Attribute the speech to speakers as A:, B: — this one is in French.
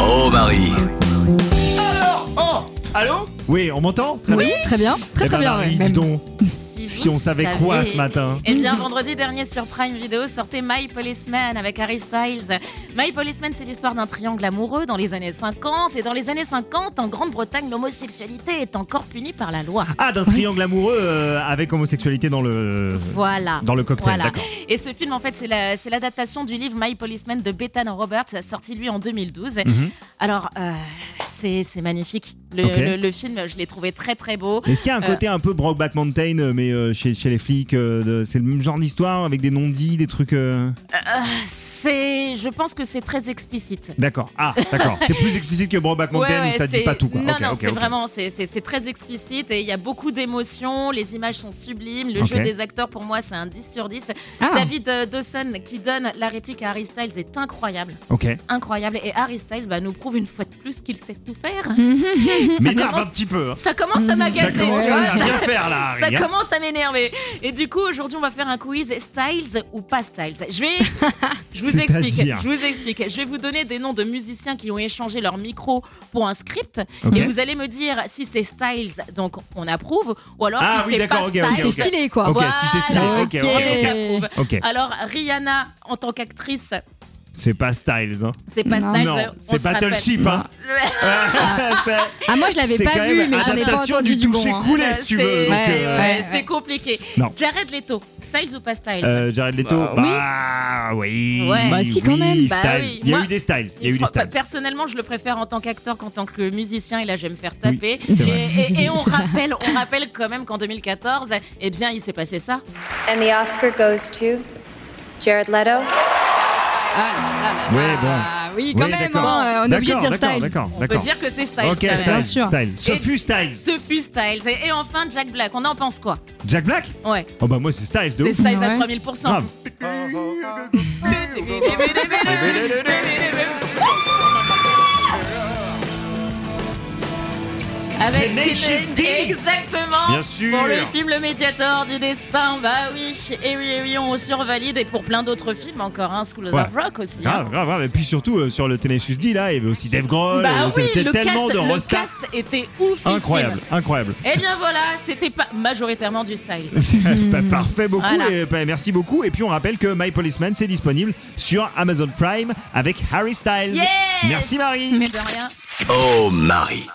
A: Oh Marie
B: Allô
C: Oui, on m'entend Très
D: oui,
C: bien.
D: très bien. Très
C: Eh
D: très
C: ben,
D: bien.
C: Marie,
D: ouais,
C: dis
D: même.
C: donc,
E: Si,
C: si
E: vous
C: on savait quoi
E: saviez-
C: ce matin
E: Eh bien, vendredi dernier sur Prime Video sortait My Policeman avec Harry Styles. My Policeman, c'est l'histoire d'un triangle amoureux dans les années 50. Et dans les années 50, en Grande-Bretagne, l'homosexualité est encore punie par la loi.
C: Ah, d'un triangle amoureux euh, avec homosexualité dans le
E: Voilà.
C: dans le cocktail,
E: Voilà.
C: d'accord.
E: Et ce film, en fait, c'est la- c'est l'adaptation du livre My Policeman de Bethan Roberts, sorti lui en 2012.
C: Mhm.
E: Alors, euh, c'est c'est magnifique. Le,
C: Ok.
E: le- le film, je l'ai trouvé très très beau.
C: Est-ce qu'il y a un
E: Euh.
C: côté un peu Brokeback Mountain, euh, mais euh, chez, chez les flics, euh, de- c'est le même genre d'histoire avec des non-dits, des trucs. euh,
E: C'est, je pense que c'est très explicite.
C: D'accord. Ah, d'accord. c'est plus explicite que Brokeback Mountain
E: Ouais,
C: où
E: ouais,
C: ça dit
E: c'est-
C: pas tout. Quoi.
E: Non,
C: Ok,
E: non,
C: ok,
E: c'est
C: ok.
E: vraiment, c'est- c'est c'est très explicite et il y a beaucoup d'émotions, les images sont sublimes, le
C: Ok.
E: jeu des acteurs pour moi c'est un 10 sur 10.
D: Ah,
E: David euh, Dawson qui donne la réplique à Harry Styles est incroyable,
C: Ok.
E: incroyable et Harry Styles bah, nous prouve une fois de plus qu'il sait tout faire.
C: Mais merde
E: commence-
C: un petit peu. hein.
E: Ça commence à
D: Ça
C: Ça
E: m'agacer, tu
C: commence
E: vois.
C: à rien faire là.
E: Ça
C: Harry, hein.
E: commence à m'énerver. Et du coup, aujourd'hui, on va faire un quiz Styles ou pas Styles. Je vais, je vous
C: C'est-à-dire
E: explique. Je vous explique. Je vais vous donner des noms de musiciens qui ont échangé leur micro pour un script.
C: Ok.
E: Et vous allez me dire si c'est Styles, donc on approuve, ou alors
C: Ah
E: si
C: oui,
E: c'est
C: d'accord,
E: pas
C: ok, ok,
D: si
E: Styles.
D: c'est
C: ok.
D: stylé quoi.
C: Ok, si c'est stylé.
E: Voilà,
C: Ok,
E: on
C: ok, ok.
E: désapprouve.
C: Ok.
E: Alors Rihanna, en tant qu'actrice,
C: C'est pas Styles. Hein.
E: c'est pas
D: Non.
E: Styles.
C: Non,
E: on
C: c'est
E: se rappelle.
C: Battleship. Hein. C'est-
D: Ah moi je l'avais
C: c'est
D: pas
C: quand
D: vu
C: même
D: mais j'en ai pas
C: adaptation
D: entendu
C: du
D: du
C: toucher
D: bon. hein.
C: couler, si tu veux.
E: C'est-
C: donc,
D: ouais,
C: euh,
D: ouais.
E: C'est compliqué.
C: Non.
E: Jared Leto, Styles ou pas Styles
C: Euh, Jared Leto,
D: Bah, oui.
C: bah oui,
E: Ouais.
D: Bah, si, quand
C: oui,
D: même.
C: Styles.
E: Bah, oui.
C: Il y a
E: Moi,
C: eu des styles, il y a
E: Il
C: eu des
E: faut-
C: styles.
E: Personnellement, je le préfère en tant qu'acteur qu'en tant que musicien. Et là, je vais me faire taper.
C: Oui, c'est
E: et, et- et on rappelle, on rappelle quand même qu'en 2014, eh bien, il s'est passé ça.
F: And the Oscar goes to Jared Leto.
D: Ah, là, là, là,
C: Ouais, bon.
D: là. Oui, Ah, quand
C: Oui,
D: même,
C: d'accord.
D: hein, on est obligé de dire
C: D'accord,
D: Styles.
C: D'accord,
E: On peut
C: d'accord.
E: dire que c'est Styles.
C: Ok,
E: quand même.
D: Bien
C: Styles,
D: sûr.
C: Styles. Ce
E: Et-
C: fut Styles.
E: Ce fut Styles. Et, et enfin, Jack Black. On en pense quoi
C: Jack Black
E: Ouais,
C: Oh bah moi c'est Styles de
E: c'est
C: ouf.
E: Styles hein.
D: Ouais.
E: à 3000%.
C: Grave.
E: Avec
C: Tenacious
E: Teen-
C: D.
E: Exactement.
C: Bien sûr.
E: Pour le film Le Médiator du Destin, bah oui, et oui, et oui, on survalide. Et pour plein d'autres films encore, hein, School
C: Ouais.
E: of Rock aussi. hein.
C: Grave, grave, grave. Et puis surtout euh, sur le Tenacious D là, il y avait aussi Dave Grohl,
E: Bah
C: euh,
E: oui,
C: c'était
E: le
C: tellement
E: cast,
C: de
E: le
C: rostas.
E: cast était ouf.
C: Incroyable, incroyable.
E: Et bien voilà, c'était pas majoritairement du Styles.
C: Bah, Parfait, beaucoup.
E: Voilà.
C: et, bah, merci beaucoup. Et puis on rappelle que My Policeman c'est disponible sur Amazon Prime avec Harry Styles.
E: Yes
C: merci Marie.
E: Mais de rien.
A: Oh Marie